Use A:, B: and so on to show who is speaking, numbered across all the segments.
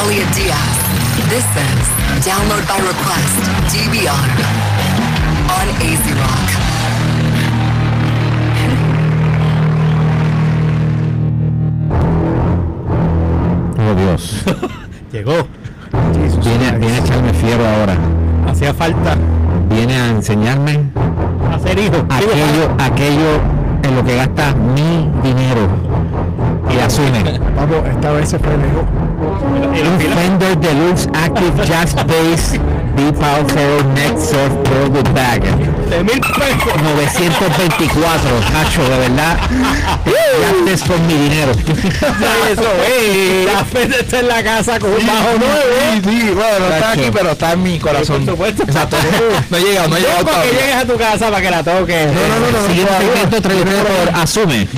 A: Elliot Diaz. This is Download by Request, DBR, on AZ Rock.
B: Oh Dios.
C: Llegó.
B: Viene, viene a echarme fierro ahora.
C: Hacía falta
B: Viene a enseñarme
C: hacer hijo. Digo,
B: aquello, aquello en lo que gasta mi dinero. Y la Sune.
D: Vamos, esta vez se fue lejos.
C: el-
B: Un
C: el- el-
B: Fender Deluxe Active Jazz Bass Deep Out Zero Net Surf Pro with Bag.
C: de mil pesos.
B: 924, cacho, de verdad. Gastes con mi dinero.
C: Ya eso, eh. La fe está en la casa con un bajo nuevo.
D: Sí, sí, bueno, no está
B: Tacho.
D: aquí, pero está en mi corazón.
C: Por supuesto.
D: Exacto. No he llegado, no he llegado
C: Para que
D: todavía.
C: llegues a tu casa para que la toques.
D: No, no, no, no.
B: Siguiente evento traído por Asume.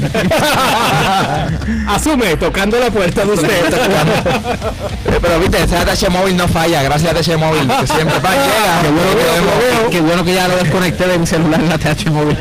C: Asume, tocando la puerta de usted.
D: Eh, Pero viste, ese ATH móvil no falla, gracias a ATH móvil, que siempre va, llega.
B: Ah, Qué bueno,
D: Lo
B: que,
D: vemos.
B: qué bueno que ya lo desconecté de mi celular en la TH móvil.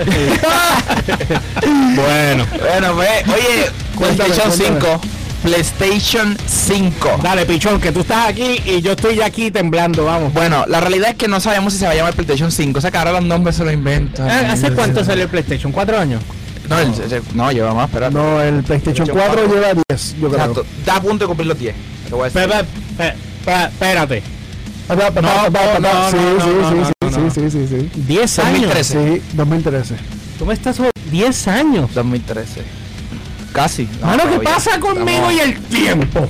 C: bueno.
D: Bueno, ve, oye,
B: Cuéntame,
D: PlayStation
B: cuéntame.
D: 5. PlayStation 5.
C: Dale, pichón, que tú estás aquí y yo estoy ya aquí temblando, vamos.
D: Bueno, la realidad es que no sabemos si se va a llamar PlayStation 5, o sea que ahora los nombres se los inventan.
C: Ah, ¿Hace cuánto salió el PlayStation? ¿Cuatro años?
D: No, el- el- no lleva más, pero
E: No, el PlayStation 4 lleva 10, yo creo.
D: Exacto, da a punto de cumplir los 10. te voy a decir.
C: Espera, espera, espera, Espérate.
E: Ah, pa, pa, pa, pa,
C: no, no,
E: pa, Sí,
C: no,
E: sí,
C: no,
E: sí,
C: no,
E: sí,
C: no,
E: sí, sí, sí, sí.
C: ¿Diez años?
D: 2013.
E: Sí, 2013.
C: ¿Tú me estás... jod- ¿Diez años?
D: 2013. Casi. no,
C: Mano, ¿qué
D: todavía.
C: pasa conmigo
D: Estamos
C: y el tiempo?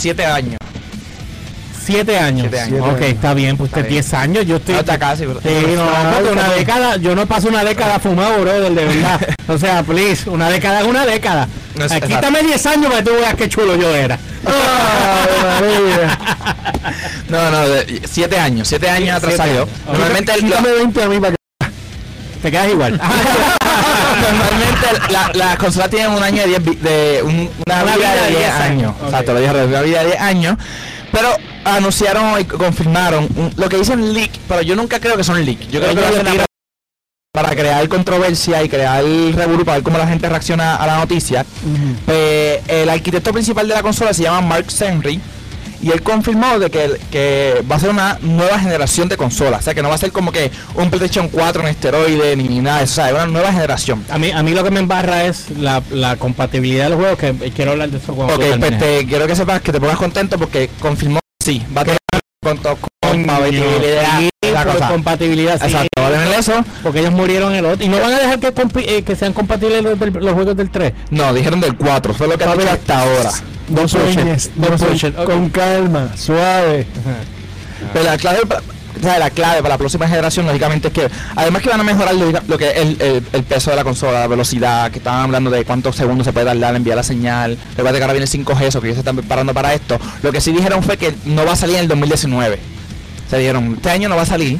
D: Siete años.
C: Siete años.
D: Siete años.
C: Ok, está bien, pues
D: Está
C: usted diez años, yo estoy...
D: No, está casi, pero-
C: Sí, no, porque una década, yo no paso una década fumado, brother, de verdad. O sea, please, una década es una década.
D: No es-
C: Ah, Quítame 10 años para que tú veas qué chulo yo era.
E: Ay, María.
D: No, no, de- siete años. Siete años atrás
C: Siete
D: salió.
C: años.
D: Normalmente el,
E: Dame 20 a mí para que...
C: Te quedas igual.
D: Normalmente la- las consolas tienen un año de 10 vi- de un- una, vida, de 10 años.
C: Ok.
D: Exacto, lo dije al revés, una vida de 10 años. Pero anunciaron y confirmaron un- lo que dicen leak, pero yo nunca creo que son leak. Yo creo que lo hacen a- para crear controversia y crear revuelo para ver cómo la gente reacciona a la noticia. Pues, el arquitecto principal de la consola se llama Mark Henry. Y él confirmó de que, que va a ser una nueva generación de consolas. O sea, que no va a ser como que un PlayStation 4 en esteroide ni nada de eso. O sea, es una nueva generación.
C: A mí, a mí lo que me embarra es la, la compatibilidad de los juegos, que eh, quiero hablar de eso cuando
D: Ok,
C: tú
D: pues
C: termines.
D: te quiero que sepas que te pongas contento porque confirmó que sí, va a tener conto-
C: Coño,
D: compatibilidad.
C: sí,
D: Ah, la
C: pero
D: cosa.
C: compatibilidad, sí,
D: Exacto, va a tener eso.
C: porque ellos murieron el otro. Y no van a dejar que, compi- eh, que sean compatibles los, del- los juegos del 3.
D: No, dijeron del 4, fue lo que han dicho hasta ahora.
E: No
C: push it,
E: sueñes,
C: no
E: no
C: push
E: sueñes,
C: it, ok.
E: Con calma, suave.
D: Pero la clave, para- o sea, la clave para la próxima generación, lógicamente, es que además que van a mejorar lógica- lo que es el, el- el peso de la consola, la velocidad, que estaban hablando de cuántos segundos se puede tardar en enviar la señal. Recuerda que ahora viene el 5G, eso que ellos se están preparando para esto. Lo que sí dijeron fue que no va a salir en el 2019. Se dijeron, este año no va a salir,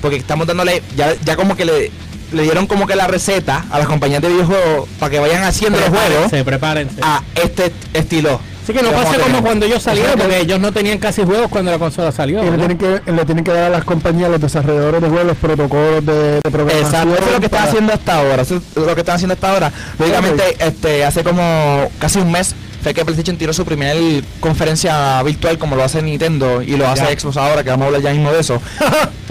D: porque estamos dándole, ya, ya como que le, le dieron como que la receta a las compañías de videojuegos para que vayan haciendo los juegos
C: Se preparen.
D: a este estilo.
C: Así que no
D: vamos a
C: pase como
D: tener.
C: cuando ellos salieron,
E: Exacto.
C: porque ellos no tenían casi juegos cuando la consola salió.
E: Y le
C: ¿verdad?
E: tienen, que, le tienen que dar a las compañías, los desarrolladores de juegos, los protocolos de, de programación.
D: Exacto, eso es lo que están
E: para-
D: haciendo hasta ahora. Eso es lo que están haciendo hasta ahora. Lógicamente, este, hace como casi un mes fue que PlayStation tiró su primer conferencia virtual como lo hace Nintendo y lo hace
C: Ya.
D: Xbox ahora, que vamos a hablar ya mismo de eso.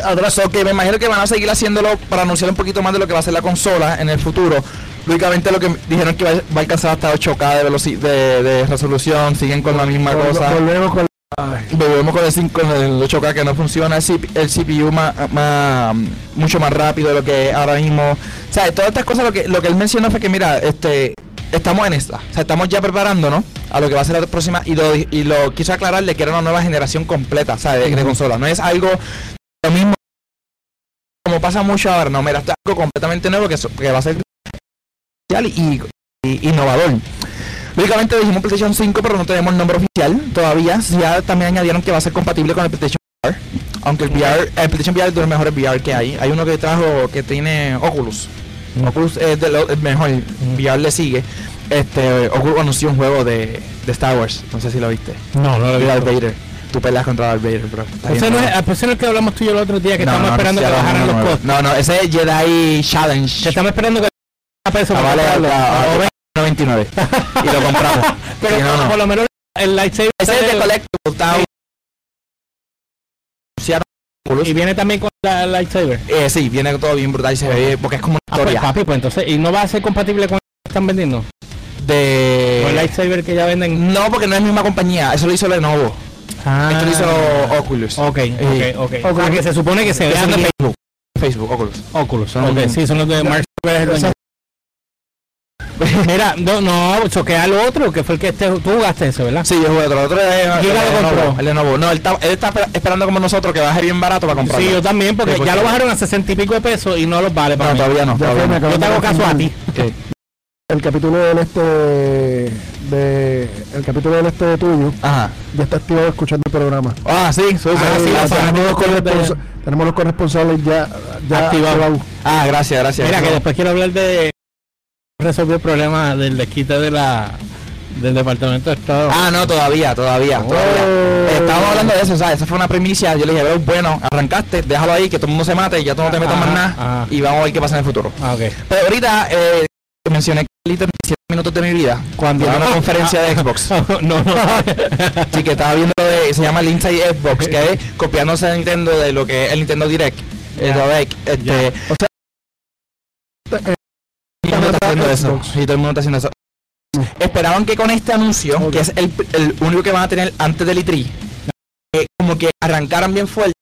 D: Ahora, so que me imagino que van a seguir haciéndolo para anunciar un poquito más de lo que va a ser la consola en el futuro. Lógicamente lo que dijeron que va, va a alcanzar hasta 8K de, veloci- de, de resolución, siguen con la misma
E: Vol-
D: cosa.
E: Volvemos con
D: Volvemos con el, cin- con el 8K que no funciona, el, CP el CPU ma- ma- mucho más rápido de lo que ahora mismo. O sea, todas estas cosas, lo que, lo que él mencionó fue que, mira, este estamos en esta. O sea, estamos ya preparándonos a lo que va a ser la próxima. Y lo, y lo quiso aclarar de que era una nueva generación completa, o sea, de, de consolas. No es algo lo mismo como pasa mucho ahora. No, mira, esto es algo completamente nuevo que, so- que va a ser especial y, y- innovador. Lógicamente dijimos PlayStation 5, pero no tenemos el nombre oficial todavía. Ya también añadieron que va a ser compatible con el PlayStation VR. Aunque el VR, el PlayStation VR es de los mejores VR que hay. Hay uno que trajo que tiene Oculus.
C: Mm.
D: Oculus es de lo- el mejor, VR le sigue. Este, Oculus anunció un juego de, de Star Wars, no sé si lo viste.
C: No, no lo
D: De
C: vi.
D: Darth Vader. Tú peleas contra Darth Vader, bro. Está bien
C: Ese no
D: bueno.
C: es, ah, pues ese no es el que hablamos tú y yo el otro día, que
D: No,
C: estamos
D: no,
C: esperando que
D: anunciaron
C: bajaran
D: uno
C: los
D: nuevo.
C: costos.
D: No, no, ese es Jedi
C: Que
D: Challenge.
C: estamos esperando que a peso
D: Ah,
C: para
D: vale,
C: comprarlo.
D: la-
C: O
D: la-
C: ve-
D: 99. y lo compramos.
C: Pero
D: Sí, no, no.
C: por lo menos el lightsaber.
D: Ese es el de Collectible. Está
C: Sí.
D: anunciaron
C: y viene también con la el lightsaber.
D: eh, sí, viene todo bien brutal y se ve porque es como
C: Ah,
D: una
C: pues,
D: historia Eh.
C: papi, pues entonces, ¿y no va a ser compatible con el que están vendiendo? Con el
D: de
C: lightsaber que ya venden.
D: No, porque no es la misma compañía, eso lo hizo Lenovo. Esto lo hizo Oculus.
C: Ok,
D: Eh,
C: ok, ok. O sea, que se supone que se
D: que son
C: vean
D: de
C: de
D: Facebook. Facebook, Oculus.
C: Oculus.
D: Ok,
C: Ok, sí, son los de Mark Zuckerberg, el dueño. Mira, no, no, choquea al otro, que fue el que este, tú jugaste ese, ¿verdad?
D: Sí, yo jugué otro. otro es
C: Yo ya lo
D: el
C: compró.
D: Lenovo, el Lenovo. No, él está, él está esper- esperando como nosotros que baje bien barato para comprarlo.
C: Sí, yo también, porque
D: Sí, porque-
C: ya lo bajaron a sesenta y pico de pesos y no los vale para
D: No,
C: mí.
D: todavía no.
E: Ya
D: todavía
E: fue, me
D: no.
E: acabo
C: Yo te hago caso a ti.
D: Eh,
E: El capítulo del este de, de- el capítulo del este de tuyo
D: Ajá.
E: ya está activado escuchando el programa.
D: Ah, sí, súper.
E: Ah,
D: sí,
E: ya
D: gracias.
E: tenemos, los corresponsa-
C: de-
E: tenemos los corresponsables ya, ya
C: Activados.
E: activados.
D: Ah, gracias, gracias.
C: Mira, que
D: No.
C: después quiero hablar de resolver el problema del desquite de la del Departamento de Estado.
D: Ah, no, todavía, todavía, todavía. Estábamos hablando de eso, o sea, esa fue una primicia. Yo le dije, "Bro, bueno, arrancaste, déjalo ahí, que todo el mundo se mate, ya tú no te metas más
C: Ajá,
D: nada
C: ajá.
D: y vamos a ver qué pasa en el futuro.
C: Ah, ok.
D: Pero ahorita eh, mencioné que Lito en 17 minutos de mi vida cuando era una conferencia de Xbox.
C: no, no.
D: Así que estaba viendo lo de, se llama el Inside Xbox, que es copiándose a Nintendo de lo que es el Nintendo Direct. El Direct, este, o sea, todo el mundo está haciendo eso. Sí, todo el mundo está haciendo eso. Esperaban que con este anuncio, que es el, el único que van a tener antes del E3, eh, como que arrancaran bien fuerte,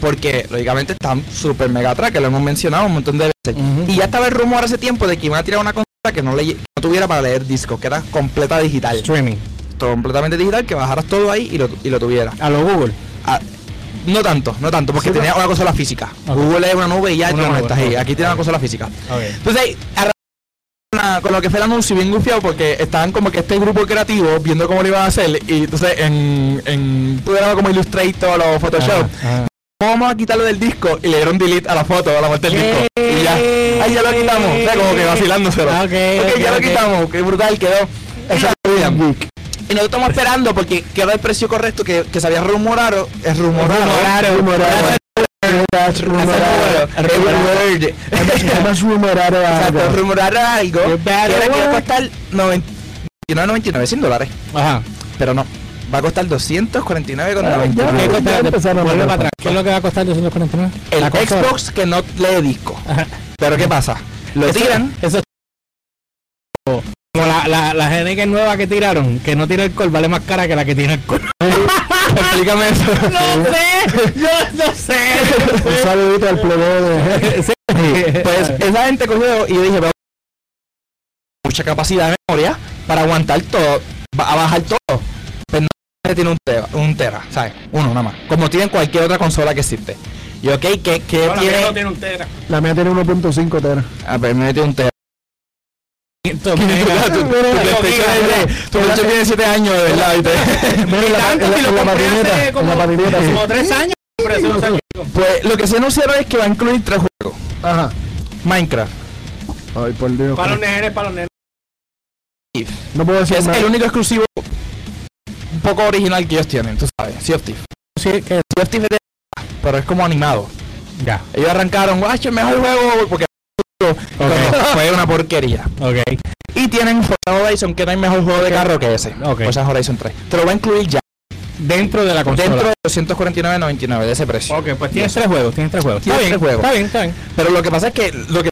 D: porque lógicamente están súper mega atrás, que lo hemos mencionado un montón de veces. Y ya estaba el rumor hace tiempo de que iban a tirar una consola que no, le, que no tuviera para leer discos, que era completa digital.
C: Streaming.
D: Completamente digital, que bajaras todo ahí y lo, y lo tuviera.
C: A lo Google.
D: Ah, no tanto, no tanto, porque tenía una consola física.
C: Ok.
D: Google es una nube y ya
C: Una
D: no, no
C: nube,
D: estás ahí.
C: ok.
D: Aquí tiene una consola física.
C: Ok.
D: Entonces, ahí, arran- una- con lo que fue el anuncio bien gufiado porque estaban como que este grupo creativo viendo cómo lo iban a hacer y entonces en, en un programa como Illustrator o Photoshop
C: Ajá.
D: vamos a quitarlo del disco y le dieron delete a la foto, a la parte del disco. Y ya, ahí ya lo quitamos. O sea, como que vacilándoselo.
C: Ah, ok,
D: Ok, ya
C: ok,
D: lo
C: ok.
D: quitamos. Qué brutal quedó. Esa vida. Y nosotros estamos esperando porque quedó el precio correcto que, que se había rumorado. Es rumorado.
C: Rumorado,
D: Rumorado.
E: Rumorado.
D: Rumorado. Es word.
E: Además, rumorado
D: Exacto,
E: algo.
D: rumorar algo
C: Qué
D: que
C: bad
D: era que iba a
C: word.
D: costar 99, 99, 100 dólares,
C: Ajá.
D: pero no, va a costar 249,99.
E: Ah,
C: ¿Qué
E: ya
C: costa-
E: empezaron a
C: vuelve
E: hablar.
C: para atrás. ¿Qué es lo que va a costar 249?
D: El
C: La consola.
D: Xbox que no lee disco.
C: Ajá.
D: Pero ¿qué pasa? Lo
C: Eso-
D: tiran.
C: Eso es como la, la, la GNX nueva que tiraron, que no tiene alcohol, vale más cara que la que tiene alcohol.
D: Explícame eso.
C: Ah, sé, yo no sé.
D: Eh,
E: Un saludito al eh. plebeo de
D: Pues esa gente cogió y yo dije, pero mucha capacidad de memoria para aguantar todo, va a bajar todo. Pero no tiene un tera, un tera, ¿sabes? Uno nada más. Como tiene cualquier otra consola que existe. Y ok, ¿qué, qué tiene?
E: La mía tiene 1.5 tera.
D: A ver, Ah, me metió un tera.
C: Mira,
D: Tu- tu PlayStation es de- tu PlayStation tiene 7 años, de ¿verdad? Y te-
E: Mira, en la, en la- en la patineta, en la patineta, sí.
C: tres años.
D: Pues lo que se anunciaron es que va a incluir tres juegos.
E: Ajá.
D: Minecraft.
E: Ay, por Dios.
C: nenes, para los nenes.
E: No puedo
D: Que
E: decir
D: es
E: más.
D: el único exclusivo un poco original que ellos tienen, tú sabes. Sea of Thieves.
C: Sí, que
D: Sea of Thieves es de- pero es como animado.
C: Ya,
D: Ellos arrancaron, guacho, el mejor juego porque fue una porquería.
C: ok.
D: Y tienen Forza Horizon, que no hay mejor juego de carro que ese.
C: Ok.
D: Forza Horizon 3. Te lo va a incluir ya.
C: Dentro de la consola.
D: Dentro de 249.99 de ese precio.
C: Ok, pues tienes tres juegos, tienes tres juegos.
D: Tienes
C: está, bien,
D: tres juegos.
C: está bien, está bien,
D: Pero lo que pasa es que lo que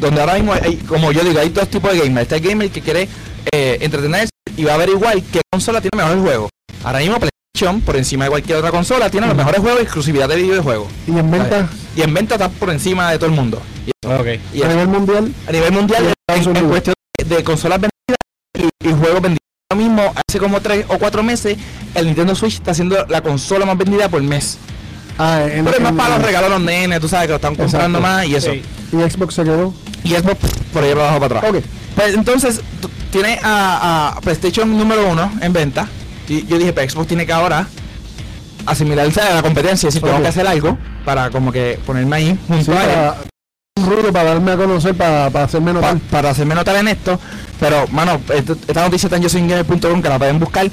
D: donde ahora mismo hay, como yo digo, hay dos tipos de gamers. Está el gamer que quiere eh, entretenerse y va a ver igual qué consola tiene mejor juego. Ahora mismo PlayStation, por encima de cualquier otra consola, tiene los mejores juegos y exclusividad de videojuegos.
E: Y en venta
D: Y en venta está por encima de todo el mundo. Y,
C: Ok.
D: y
E: a nivel mundial,
D: a nivel mundial, en,
E: Estados
D: en
E: Unidos.
D: cuestión de, de consolas vendidas y, y juegos vendidos. Ahora mismo, hace como tres o cuatro meses, el Nintendo Switch está siendo la consola más vendida por mes.
E: Ah, en,
D: Pero es más
E: en-
D: para los regalos a los nenes, tú sabes que lo están comprando
E: Exacto.
D: más y eso.
C: Sí.
E: Y Xbox se quedó.
D: Y es por, por ahí para abajo para atrás.
E: Ok.
D: Pues entonces, tú- tiene a, a PlayStation número uno en venta. Y yo dije, pero Xbox tiene que ahora asimilarse a la competencia. Si tengo
E: Ok.
D: que hacer algo para como que ponerme ahí junto
E: Sí,
D: a él,
E: para, un ruido para darme a conocer, para, para hacerme
D: pa-
E: notar.
D: para hacerme notar en esto. Pero, mano, esto- esta noticia está en yosingamer.com que la pueden buscar.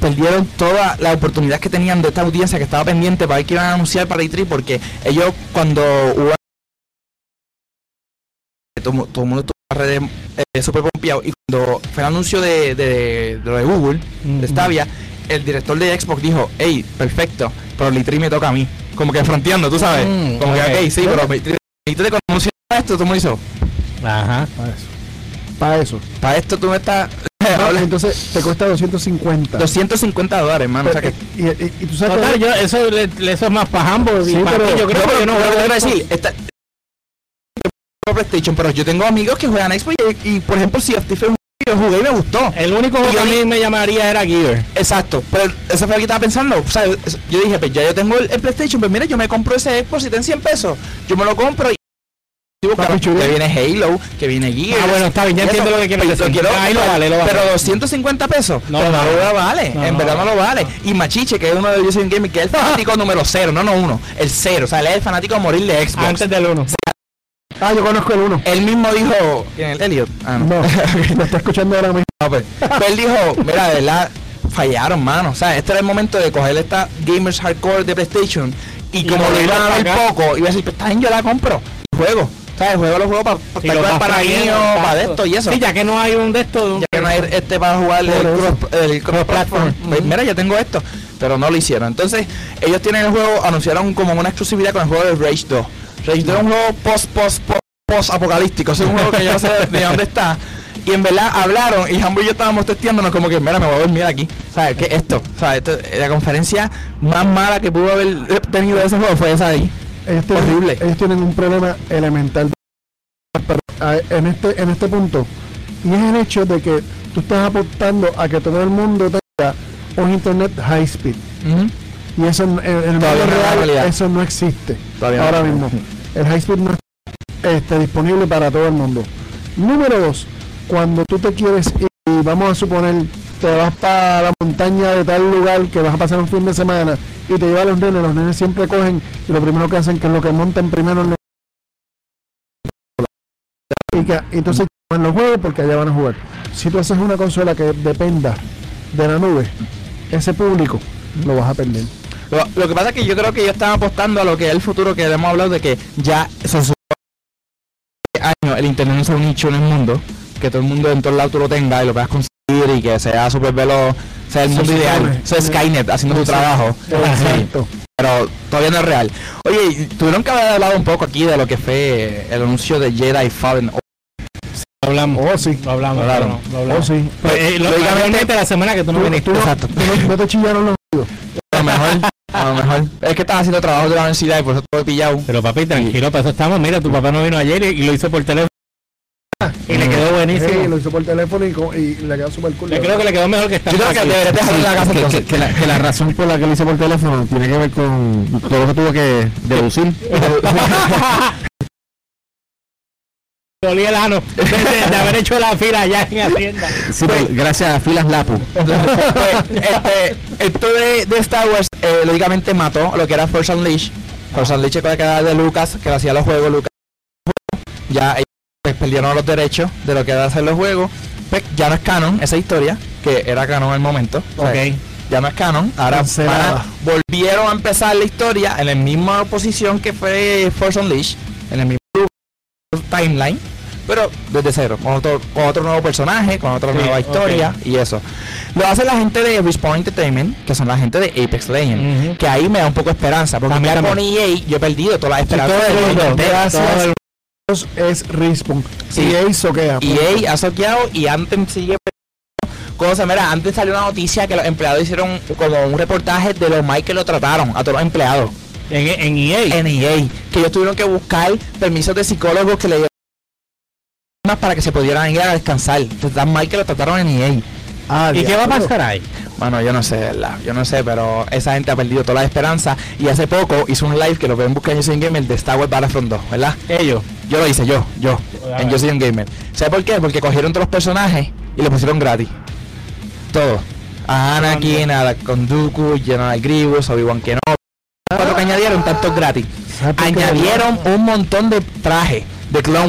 D: Perdieron toda la oportunidad que tenían de esta audiencia que estaba pendiente para ver qué iban a anunciar para E E3 porque ellos cuando hubo todo, mu- todo el mundo estuvo redes eh, súper pompeado. Y cuando fue el anuncio de, de, de lo de Google,
C: Mm,
D: de Stadia, el director de Xbox dijo, hey, perfecto, pero el E3 me toca a mí. Como que fronteando, tú sabes.
C: Mm,
D: Como
C: ok.
D: que, ok, sí, pero E me- me te conoció para esto, tú me hizo.
C: Ajá.
E: Para eso. Para eso.
D: Para esto tú me estás...
E: Ah,
D: hablas
E: Entonces te cuesta 250.
D: 250 dólares, mano. O sea que...
E: y, y- y tú sabes
C: Total,
E: cuál es-
C: yo, eso, le- le- eso es más para ambos. y
E: Sí,
C: para
E: pero-
C: mí, yo creo que yo no
D: pero
C: juego
D: te voy a
C: esto.
D: decir, está PlayStation, pero yo tengo amigos que juegan Xbox y, y, por ejemplo, si of Thieves yo jugué y me gustó.
C: El único juego que a mí me llamaría era Gear.
D: Exacto, pero eso fue lo que estaba pensando. O sea, es- yo dije, pues ya yo tengo el, el PlayStation, pues mira, yo me compro ese Xbox si está en 100 pesos. Yo me lo compro y. y buscar-
E: Papi chulo.
D: que viene Halo, que viene Gear.
C: Ah, bueno, está bien, ya
D: y eso,
C: entiendo lo que quieres
D: pues, yo
C: decir.
D: quiero-
C: Ahí lo vale, lo vale.
D: Pero 250 pesos,
C: No
D: no,
C: lo
D: no
C: vale.
D: lo vale,
C: No,
D: en
C: no
D: verdad
C: lo
D: no lo vale. Y Machiche, que es uno de los Gaming Gaming, que es el fanático número cero, no no uno, el cero. O sea, él es el fanático a morir de Xbox.
C: Antes del 1.
E: Ah, yo conozco el uno.
D: Él mismo dijo. ¿Quién es Elliot? Ah,
E: No, lo está escuchando ahora mismo.
D: No, pues. Pero él dijo, mira, de verdad, fallaron, mano. O sea, este era el momento de coger esta gamers hardcore de PlayStation y como
C: lo
D: lo iban a
C: iban a
D: ver
C: pagar.
D: poco, iba a decir, pues está bien, yo la compro. Y juego. ¿Sabes? Juego los juegos para para, para niños, para de esto y eso.
C: Sí,
D: ya,
C: ya que no hay un de esto.
D: que no hay este para jugar el
E: Por eso.
D: cross, el cross platform. Pues, mira, yo tengo esto. Pero no lo hicieron. Entonces, ellos tienen el juego, anunciaron como una exclusividad con el juego de Rage 2. Rage 2 es un juego post, post, post, post apocalíptico. Es un juego que yo no sé de dónde está. Y en verdad hablaron y Jambo y yo estábamos testeándonos como que, mira, me voy a dormir aquí. ¿Sabes qué? Esto, ¿sabes? Esto, eh, la conferencia más mala que pudo haber eh, tenido ese juego fue esa de ahí.
E: Ellos tienen,
D: Horrible.
E: ellos tienen un problema elemental pero, ah, en este, en este punto. Y es el hecho de que tú estás aportando a que todo el mundo tenga un internet high speed. Y eso en, en el mundo
D: Todavía no es la
E: real
D: realidad.
E: eso no existe.
D: Todavía no.
E: ahora mismo. El high speed no está este, disponible para todo el mundo. Número dos, cuando tú te quieres ir, y vamos a suponer, te vas para la montaña de tal lugar que vas a pasar un fin de semana y te lleva a los nenes, los nenes siempre cogen y lo primero que hacen que es lo que montan primero en la- y que, entonces en los juegos porque allá van a jugar. Si tú haces una consola que dependa de la nube, ese público lo vas a perder.
D: Lo, lo que pasa es que yo creo que ellos están apostando a lo que es el futuro que hemos hablado de que ya se supone que este año el internet no sea un nicho en el mundo, que todo el mundo en todos lados tú lo tenga y lo puedas conseguir y que sea súper veloz, sea el
E: Se
D: mundo ideal,
E: supone.
D: sea Skynet haciendo su trabajo. Sí,
E: Exacto.
D: pero todavía no es real. Oye, y tuvieron que haber hablado un poco aquí de lo que fue el anuncio de Jedi Fallen. Order.
C: hablamos.
E: Oh, sí.
C: Lo hablamos.
D: Hablaron.
C: no, no, lo hablamos.
E: Oh, sí.
C: Pues, eh, lo-
D: Lógicamente-
C: realmente la semana que tú no
E: Tú-
C: viniste.
E: tú no-
D: exacto.
E: tú no- no te chillaron los
D: A lo mejor, a lo mejor. Es que estaba haciendo trabajo de la universidad y por eso todo pillado.
C: Pero papi, tranquilo, para eso estamos. Mira, tu papá no vino ayer y, y lo hizo por teléfono. Y
D: Mm.
C: le quedó
E: Sí,
C: buenísimo.
E: lo hizo por teléfono y, co- y le quedó súper cool.
C: Yo creo que le quedó mejor que estar
D: Yo creo que
C: aquí.
D: deberías dejarlo en la casa
B: que,
D: entonces.
B: que- que la, que la razón por la que lo hice por teléfono tiene que ver con todo lo que tuvo que deducir.
C: Dolía el ano de, de- de haber hecho la fila allá en Hacienda.
B: Sí, pero gracias a Filas Lapu.
D: Pues, este, esto de, de Star Wars, eh, lógicamente mató lo que era Force Unleashed. Force Unleashed que era de Lucas, que lo hacía los juegos, Lucas. Ya ellos, pues, perdieron los derechos de lo que era hacer los juegos. Pues, ya no es canon esa historia, que era canon en el momento. O sea,
C: Ok.
D: Ya no es canon. Ahora
E: Cancelada.
D: van a- volvieron a empezar la historia en la misma posición que fue Force Unleashed, en el mismo timeline, pero desde cero, con otro, con otro nuevo personaje, con otra
C: Sí,
D: nueva historia y eso. Lo hace la gente de Respawn Entertainment, que son la gente de Apex Legends,
C: Ujú.
D: que ahí me da un poco de esperanza, porque
C: A mí
D: ya
C: también.
D: con EA yo he perdido todas las esperanzas.
E: todo el
D: que
E: mundo,
D: tenía.
E: gracias.
D: Todo el-
E: Dios es Respawn.
D: Sí.
E: Y él soquea.
D: EA ha soqueado y Anthem sigue perdiendo cosas. Mira, antes salió una noticia que los empleados hicieron como un reportaje de los Mike que lo trataron a todos los empleados.
C: En, en E EA.
D: en EA, que ellos tuvieron que buscar permisos de psicólogos que le dieran más para que se pudieran ir a descansar. Tan mal que lo trataron en EA.
E: Ah,
C: ¿Y qué va a
E: diablo.
C: pasar ahí?
D: Bueno, yo no sé, de ¿verdad? Yo no sé, pero esa gente ha perdido toda la esperanza. Y hace poco hizo un live que lo pueden buscar en Using Gamer de Star Wars Battlefront 2, ¿verdad?
C: Ellos.
D: Yo lo hice, yo, yo, en Yo Soy un Gamer. ¿Sabes por qué? Porque cogieron todos los personajes y los pusieron gratis. Todo. A Anakin, a la- con Dooku, General Grievous, Obi-Wan Kenobi. Cuatro que añadieron, tantos gratis.
E: ¿Sabes por qué,
D: Añadieron un montón de trajes de Clone Wars.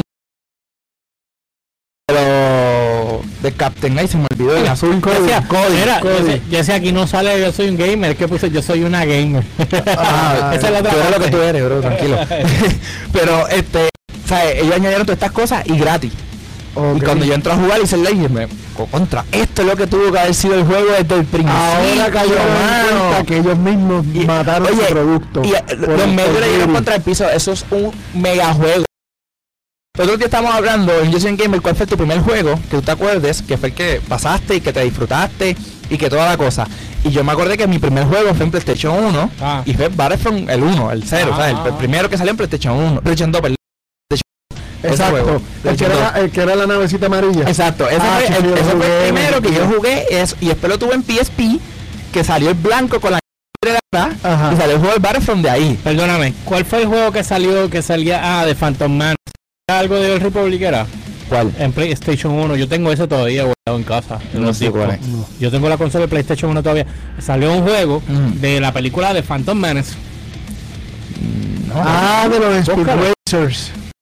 D: Pero... De Captain Night se me olvidó el azul.
C: Decía, mira,
E: Cody.
C: yo sé- yo sé aquí no sale yo soy un gamer, es que puse yo soy una gamer.
D: Ah,
C: Esa es la otra
D: tú eres lo
C: parte.
D: que tú eres, bro, tranquilo. Pero, este, ¿sabes? Ellos añadieron todas estas cosas y gratis.
E: Ok.
D: Y cuando yo entro a jugar hice el Legend, me co- contra. Esto es lo que tuvo que haber sido el juego desde el principio.
E: Ahora cayó en
D: mano.
E: cuenta que ellos mismos
D: Y-
E: mataron
D: oye,
E: su producto.
D: Y eh,
E: por
D: los
E: el
D: medios le dieron
E: virus.
D: contra el piso. Eso es un mega juego. El otro día estábamos hablando en Jason Gamer, ¿cuál fue tu primer juego que tú te acuerdes? Que fue el que pasaste y que te disfrutaste y que toda la cosa. Y yo me acordé que mi primer juego fue en PlayStation 1
C: Ah.
D: y fue Battlefront el 1, el 0,
C: Ah,
D: o sea, el,
C: ah,
D: el
C: ah.
D: primero que salió en PlayStation 1, PlayStation 2, perdón. ese
E: Exacto.
D: juego.
E: El que, era la, el que era la navecita amarilla.
D: Exacto, ese
E: Ah,
D: fue,
E: sí,
D: el,
E: yo
D: ese fue el
E: jugué,
D: primero que yo jugué es- y después lo tuve en PSP, que salió el blanco con la de la-
E: Ajá.
D: y salió el juego de Battlefront de ahí.
C: Perdóname, ¿cuál fue el juego que salió, que salía, ah, de Phantom Man? ¿Era algo de Old Republic era?
D: ¿Cuál?
C: En PlayStation 1, yo tengo eso todavía guardado en casa. en
D: No
C: los
D: sé
C: discos.
D: cuál es.
C: Yo tengo la consola de PlayStation 1 todavía. Salió un juego
D: Mm.
C: de la película de Phantom Menace.
E: Ah, de los Speed
C: Búscalo.
E: Racers.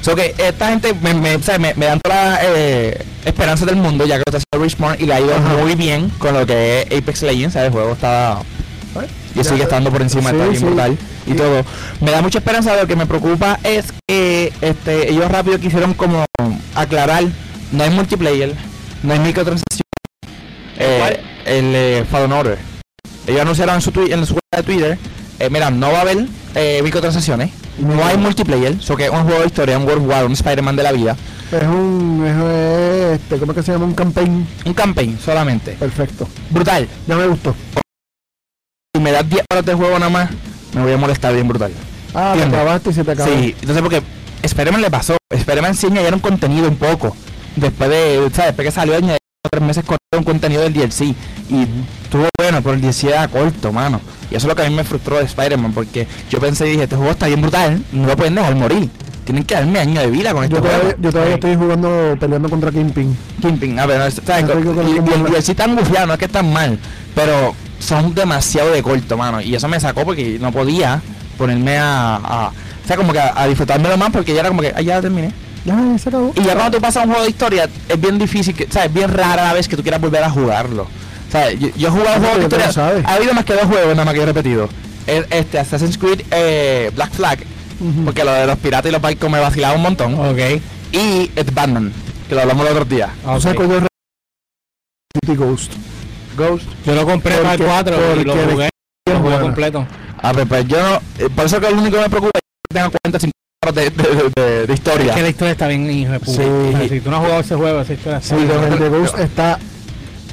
D: So que esta gente me, me, o sea, me, me dan toda la eh, esperanza del mundo, ya que está haciendo Richmond y le ha ido muy bien con lo que es Apex Legends. ¿sabes? El juego está. Y sigue estando por encima,
E: Sí,
D: está bien
E: sí.
D: brutal y todo. Me da mucha esperanza, lo que me preocupa es que este, ellos rápido quisieron como aclarar, no hay multiplayer, no hay microtransacción. Eh,
C: ¿Cuál?
D: el eh, Fallen Order. Ellos anunciaron en su, twi- en su cuenta de Twitter, eh, mira, no va a haber eh, microtransacciones, no hay multiplayer, so que es un juego de historia, un World War, un Spider-Man de la vida,
E: Es un. Es, eh, este, ¿Cómo es que se llama? Un campaign.
D: un campaign solamente.
E: Perfecto.
D: Brutal.
E: Ya me gustó.
D: Si me das 10 horas de juego nada más, me voy a molestar bien brutal.
E: Ah, te
D: Entiendo.
E: acabaste y se te acabó.
D: Sí, entonces porque Spider-Man le pasó. Spider-Man sí añadieron contenido un poco. Después de, o sea, después que salió añadieron tres meses con un contenido del DLC. Y estuvo bueno, pero el DLC era corto, mano. Y eso es lo que a mí me frustró de Spider-Man, porque yo pensé y dije, este juego está bien brutal, no lo pueden dejar morir. Tienen que darme años de vida con este
E: Yo todavía,
D: juego.
E: yo todavía estoy jugando, peleando contra Kingpin.
D: Kingpin, a ver, no, es- o sea,
E: Yo
D: co-
E: tengo que
D: y,
E: ver
D: y el
E: cómo-
D: DLC tan bufiado, no es que están mal, pero son demasiado de corto, mano. Y eso me sacó porque no podía ponerme a. a- o sea, como que a, a disfrutármelo más porque ya era como que, ah, ya lo terminé.
E: Ya, se acabó.
D: Y ya cuando tú pasas un juego de historia, es bien difícil, que, o sea, es bien rara la vez que tú quieras volver a jugarlo. O sea, yo, yo he jugado
E: Eso
D: juegos de
E: que tú no
D: historia.
E: sabes.
D: Ha habido más que dos juegos nada más que yo he repetido. El- este, Assassin's Creed eh, Black Flag,
E: Ujú.
D: porque lo de los piratas y los barcos me vacilaba un montón.
C: Ok.
D: Y el Batman, que lo hablamos los otros días.
E: O sea,
C: ok.
E: que yo re- City Ghost. Ghost.
C: Yo lo compré para el
E: Porque-
C: 4 y lo
E: porque
C: jugué.
E: es
C: Lo jugué
E: buena.
C: completo.
D: A ver, pues yo no. eh, por eso que lo único que me preocupa es que tenga 40 50 horas de, de- de- de- de
C: Es
D: historia.
C: que la historia está bien, hijo de puta.
D: Sí.
C: O sea, si tú no has jugado ese juego, esa historia está
E: Sí,
C: bien.
E: con el de
D: no,
E: Ghost está.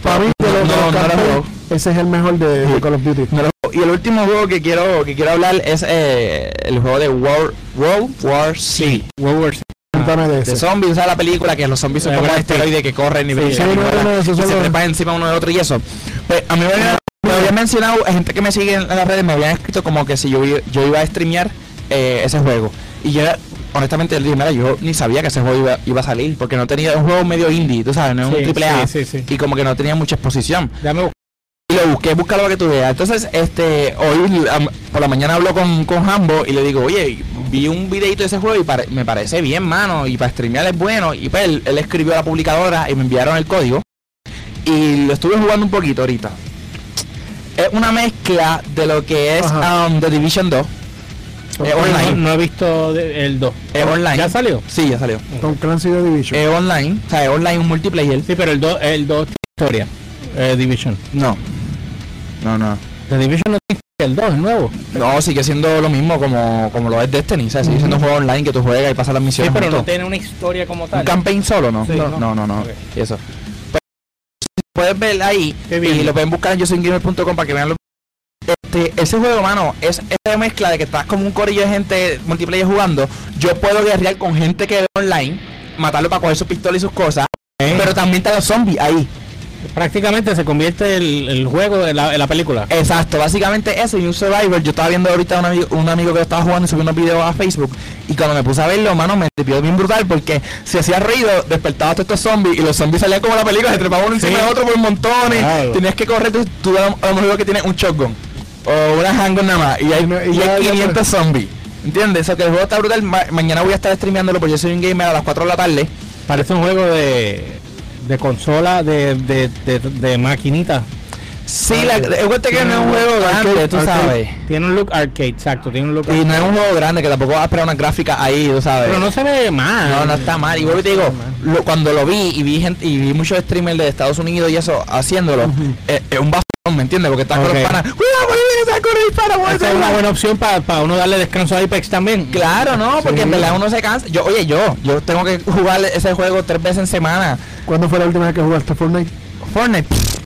E: Para mí, de los,
D: No,
E: de los
D: no lo
E: campaign,
D: veo.
E: ese es el mejor de, de Call of Duty.
D: No lo- y el último juego que quiero que quiero hablar es eh, el juego de World, World War C.
C: World War Z.
E: Cuéntame de
D: Ah, De
E: ese.
D: zombies, ¿sabes la película? Que los zombies son
C: La
D: como un
C: verdad, sí.
D: esteroide que corren y brincan
E: sí,
D: y
E: no,
D: vuelan,
E: no, eso
D: y
E: son
D: se
E: los-
D: trepan encima uno del otro y eso. Pues, a mí me habían, me habían mencionado, hay gente que me sigue en las redes me habían escrito como que si yo, i- yo iba a streamear eh, ese juego. Y yo, honestamente, le dije, mira, yo ni sabía que ese juego iba, iba a salir, porque no tenía un juego medio indie, tú sabes, no es
C: Sí,
D: un triple A.
C: sí, sí, sí.
D: Y como que no tenía mucha exposición.
C: Déjame buscar.
D: Y lo busqué, búscalo para que tú veas. Entonces, este, hoy am- por la mañana hablo con, con Hambo y le digo, oye, vi un videito de ese juego y pare- me parece bien, mano, y para streamear es bueno. Y pues él, él escribió a la publicadora y me enviaron el código. Y lo estuve jugando un poquito ahorita. Es una mezcla de lo que es
E: Ajá.
D: um, The Division 2. Es
C: No,
D: online.
C: no he visto de- el 2.
D: Es online.
C: ¿Ya salió?
D: Sí, ya salió.
E: Tom Clancy de Division.
D: Es online. O sea, es online un multiplayer.
C: Sí, pero el 2 el 2 tiene historia. Eh, Division.
D: No. No, no.
C: The Division no tiene historia, el 2 es nuevo.
D: No, sigue siendo lo mismo como, como lo es Destiny. O sea, sigue siendo un juego online que tú juegas y pasas las
C: Sí,
D: misiones.
C: pero
D: juntos.
C: no tiene una historia como
D: ¿Un
C: tal.
D: campaign solo no?
C: Sí,
D: no,
C: no.
D: no, no, no.
C: Ok.
D: Eso. Pues, puedes ver ahí
C: Qué bien.
D: y lo pueden buscar en yosoygamer.com para que vean los este, ese juego, mano, es esa mezcla de que estás como un corillo de gente multiplayer jugando. Yo puedo guerrear con gente que ve online, matarlo para coger sus pistolas y sus cosas, pero también están los zombies ahí.
C: Eh, prácticamente se convierte el, el juego en la, en la película.
D: Exacto, básicamente eso y un Survivor. Yo estaba viendo ahorita un amigo, un amigo que lo estaba jugando y subió unos videos a Facebook. Y cuando me puse a verlo, mano, me tripió bien brutal porque si hacía ruido, despertaba a todos estos zombies y los zombies salían como en la película, se trepaban uno encima de otro por montones.
C: Claro.
D: Tenías que correr, tú, tú a lo- a lo mejor lo que tienes un shotgun o una handgun nada más y hay,
E: Y no- y
D: y
E: ya-
D: hay
E: ya-
D: 500 zombies. ¿Entiendes? Eso que el juego está brutal. Ma- mañana voy a estar streameándolo porque yo soy un gamer a las 4 de la tarde.
C: Parece un juego de, de consola, de, de, de, de maquinita.
D: Sí, la, el cuento que no es un juego
C: Arcade,
D: grande, tú
C: arcade.
D: sabes.
C: Tiene un look arcade, exacto, tiene un look
D: Y
C: arcade.
D: no es un juego grande que tampoco vas a esperar una gráfica ahí, tú sabes.
C: Pero no se ve mal.
D: No, no está mal. Y vuelvo y te digo, lo- cuando lo vi y vi gente, y vi muchos streamers de Estados Unidos y eso haciéndolo, eh, es un bastón, ¿me entiendes? Porque estás con
C: Ok.
D: los panas. ¡Cuidado, cuidado, corre, dispara, voy a
C: Esa es
D: hacer
C: una
D: una-".
C: buena opción para uno darle descanso a Apex también.
D: Claro, no, porque en verdad uno se cansa. Yo, oye, yo, yo tengo que jugar ese juego tres veces en semana.
E: ¿Cuándo fue la última vez que jugaste Fortnite?
D: Fortnite, pff,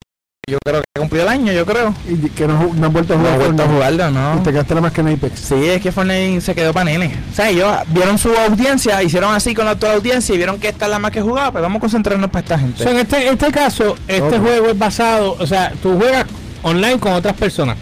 D: yo creo que cumplió el año, yo creo.
E: Y que no, ju- no han vuelto a
D: No
E: jugar
D: he vuelto a
E: Fortnite.
D: jugarlo,
E: Y
D: ¿no?
E: te quedaste nada más que en Apex.
D: Sí, es que Fortnite se quedó para nenes. O sea, ellos vieron su audiencia, hicieron así con la otra audiencia y vieron que esta es la más que jugaba, pues vamos a concentrarnos para esta gente.
C: So, en este, en este caso, este
E: Ok.
C: juego es basado, o sea, tú juegas online con otras personas.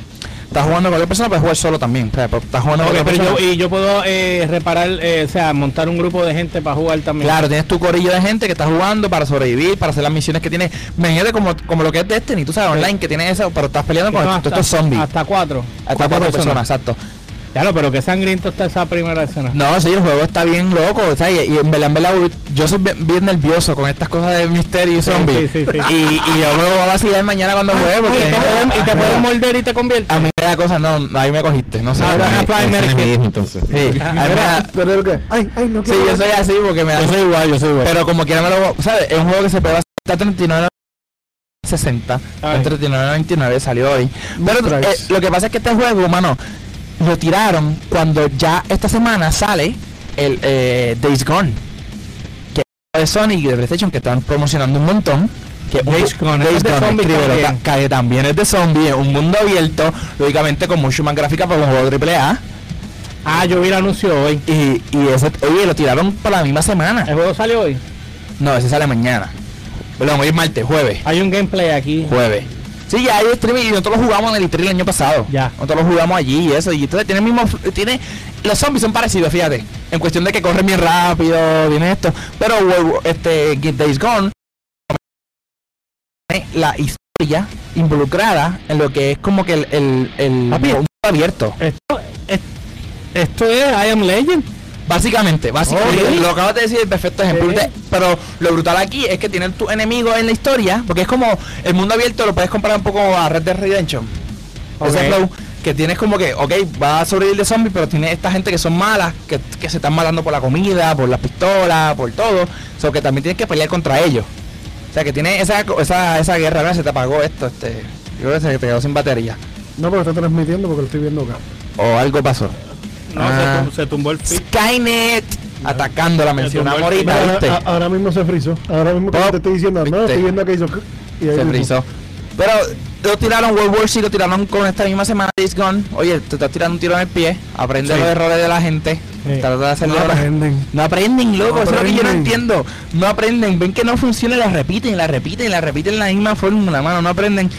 D: Estás jugando con otra persona, puedes jugar solo también. O sea, pero estás jugando
C: Ok,
D: con otra
C: pero
D: persona.
C: yo, y yo puedo eh, reparar, eh, o sea, montar un grupo de gente para jugar también.
D: Claro, tienes tu corillo de gente que está jugando para sobrevivir, para hacer las misiones que tienes. Imagínate como, como lo que es Destiny, tú sabes, online, que tienes eso, pero estás peleando con
C: No,
D: todos estos zombies. Hasta,
C: Hasta cuatro.
D: cuatro personas, exacto.
C: Ya no, pero qué sangriento está esa primera escena.
D: No, sí, el juego está bien loco, o sea, y, y en verdad, en verdad, yo soy bien, bien nervioso con estas cosas de misterio y zombies.
C: sí, sí, sí.
D: Y, y yo me voy a vacilar mañana cuando juegue,
C: Oye,
D: porque...
C: te pueden- y te pueden morder y te conviertes.
D: a mí me da cosas, no, ahí me cogiste, no sé.
B: ah,
C: Ahora,
D: ahí-
C: Apply
D: ahí-
C: Merkel.
B: mismo, entonces.
D: Sí, a mí me da-
E: Pero lo que. Ay, ay, no
D: Ah. sí, yo soy así porque me da...
B: soy igual, yo soy igual.
D: Pero como quiera me lo ¿sabes? Es un juego que se pega hasta 39 60
C: Ay.
D: 39 29 salió hoy pero
E: Price.
D: eh, lo que pasa es que este juego mano lo tiraron cuando ya esta semana sale el eh, Days Gone que es de Sony y de PlayStation que están promocionando un montón que
C: Days Gone, es de
D: Gone,
C: zombies
D: escríbelo,
C: también.
D: ta- que también es de zombie un mundo abierto lógicamente con mucho más gráfica para un juego triple A
C: Ah, yo vi el anuncio hoy.
D: y, y ese oye lo tiraron para la misma semana
C: ¿El juego sale hoy?
D: no ese sale mañana perdón hoy es martes jueves
C: Hay un gameplay aquí.
D: jueves. Sí, ya hay streaming y nosotros lo jugamos en el stream el año pasado.
C: Ya.
D: Nosotros lo jugamos allí y eso. Y entonces tiene el mismo. fl- Tiene, los zombies son parecidos, fíjate. En cuestión de que corren bien rápido, tiene esto. Pero wo- este Get Days Gone tiene la historia involucrada en lo que es como que el, el, el
C: Papi.
D: mundo abierto.
C: Esto es, esto es I Am Legend.
D: Básicamente, básicamente.
C: Oh, really?
D: Lo acabas de decir, el perfecto ejemplo.
C: Sí.
D: Te- Pero lo brutal aquí es que tienen tu enemigo en la historia, porque es como el mundo abierto, lo puedes comparar un poco a Red Dead Redemption. Ese
C: Ok.
D: flow que tienes como que, ok, va a sobrevivir de zombies, pero tiene esta gente que son malas, que, que se están matando por la comida, por las pistolas, por todo. O sea, que también tienes que pelear contra ellos. O sea, que tiene esa, co- esa, esa guerra, ¿verdad? Se te apagó esto, este. Yo creo que se te quedó sin batería.
E: No, pero está transmitiendo porque lo estoy viendo acá.
D: O algo pasó.
C: No,
D: Ah.
C: se, tum- se tumbó el feed.
D: Skynet atacando la mencionamos
C: tumbó el Ah,
D: ahorita,
E: Mira,
D: ¿viste?
E: ahora, a- ahora mismo se frizó. Ahora mismo que
D: este. Pop,
E: te estoy diciendo, no,
D: viste.
E: estoy viendo que hizo. cr- Y ahí
D: se
E: mismo.
D: frizó. Pero lo tiraron World War II, lo tiraron con esta misma semana Days Gone. Oye, te estás tirando un tiro en el pie. Aprende
C: Sí.
D: los errores de la gente.
C: Sí.
D: Trata de hacerlo
E: No
D: ahora.
E: aprenden.
D: No aprenden, loco.
E: No
D: Eso es lo que yo no
E: aprenden.
D: entiendo. No aprenden. Ven que no funciona y la repiten, y la repiten, y la repiten en la misma fórmula, mano. No aprenden.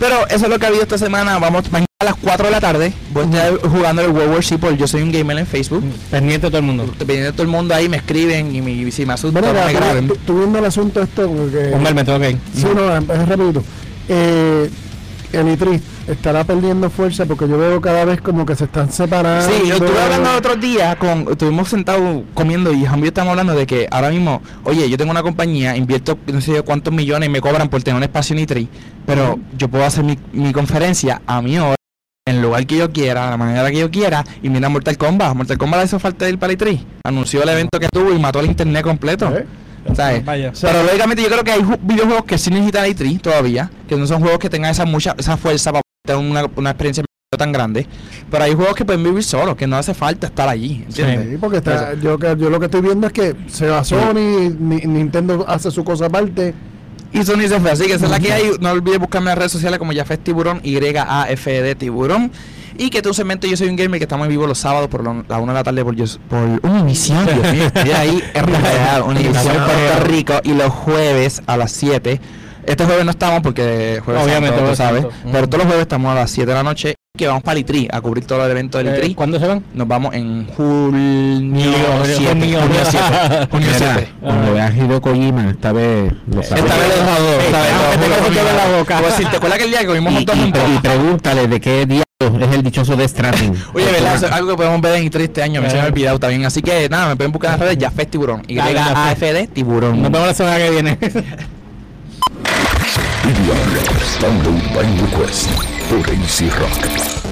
D: Pero eso es lo que ha habido esta semana. Vamos mañana a las 4 de la tarde. Voy a estar jugando el World War II porque yo soy un gamer en Facebook.
C: Pendiente todo el mundo.
D: Dependiendo de todo el mundo ahí, me escriben y, me- y si me asustan,
E: Bueno,
D: me
E: acá,
D: graben.
E: tú- tú viendo el asunto este, porque.
C: Hombre, me tengo que ir.
E: Sí, no, es rapidito. Eh, el ITRI estará perdiendo fuerza porque yo veo cada vez como que se están separando.
D: Sí, yo estuve hablando otros días con, estuvimos sentados comiendo y Jambi estamos hablando de que ahora mismo, oye, yo tengo una compañía, invierto no sé yo cuántos millones y me cobran por tener un espacio en E3, pero yo puedo hacer mi, mi conferencia a mi hora, en el lugar que yo quiera, de la manera que yo quiera, y mira Mortal Kombat, Mortal Kombat le hizo falta ir para E3, anunció el evento que tuvo y mató el internet completo.
E: ¿Eh?
D: ¿sabes?
C: Vaya.
D: Pero lógicamente yo creo que hay ju- videojuegos que sí necesitan E3 todavía, que no son juegos que tengan esa mucha esa fuerza para tener una, una experiencia tan grande, pero hay juegos que pueden vivir solos, que no hace falta estar allí, ¿entiendes?
E: Sí, porque está, yo, que- yo lo que estoy viendo es que se va Sony, ni- Nintendo hace su cosa aparte.
D: Y Sony se fue, así que esa es la que hay. No olvides buscarme en las redes sociales como Yafes Tiburón, Y-A-F-E-D E Tiburón. Y que tu cemento Yo Soy un Gamer, que estamos en vivo los sábados por la la una de la tarde por, Yos- por Univision. Dios mío, estoy ahí, RPA, Univision Puerto Rico. Y los jueves a las 7 Este jueves no estamos porque jueves
C: Obviamente,
D: santo, tú
C: jueves
D: sabes.
C: santo.
D: Pero todos los jueves estamos a las 7 de la noche que vamos para el ITRI a cubrir todo el evento del ITRI.
C: Eh, ¿Cuándo se van?
D: Nos vamos en junio
B: ah,
C: Junio,
D: 7.
C: junio.
D: Junio 7. Junio
B: Mira,
D: 7.
B: Cuando veas Hideo Kojima, ah, esta vez lo
D: Esta vez lo dejo a dos. Esta vez
C: aunque tengo que
D: lo dejo
C: tocar
D: a
C: la
D: dos.
C: boca.
D: Te voy a decir, ¿Te acuerdas aquel día que vimos
B: Y,
D: juntos
B: y
D: en
B: pre- y
D: Popa?
B: pregúntale de qué diablos es el dichoso de Stranding.
D: Oye, ¿verdad? Eso es algo que podemos ver en ITRI este año. Me se me ha olvidado también. Así que nada, me pueden buscar en las redes Jafet Tiburón. Y
C: Dale,
D: AFD Tiburón.
C: Nos vemos la semana que viene.
F: DVR Download by Request por AC Rock.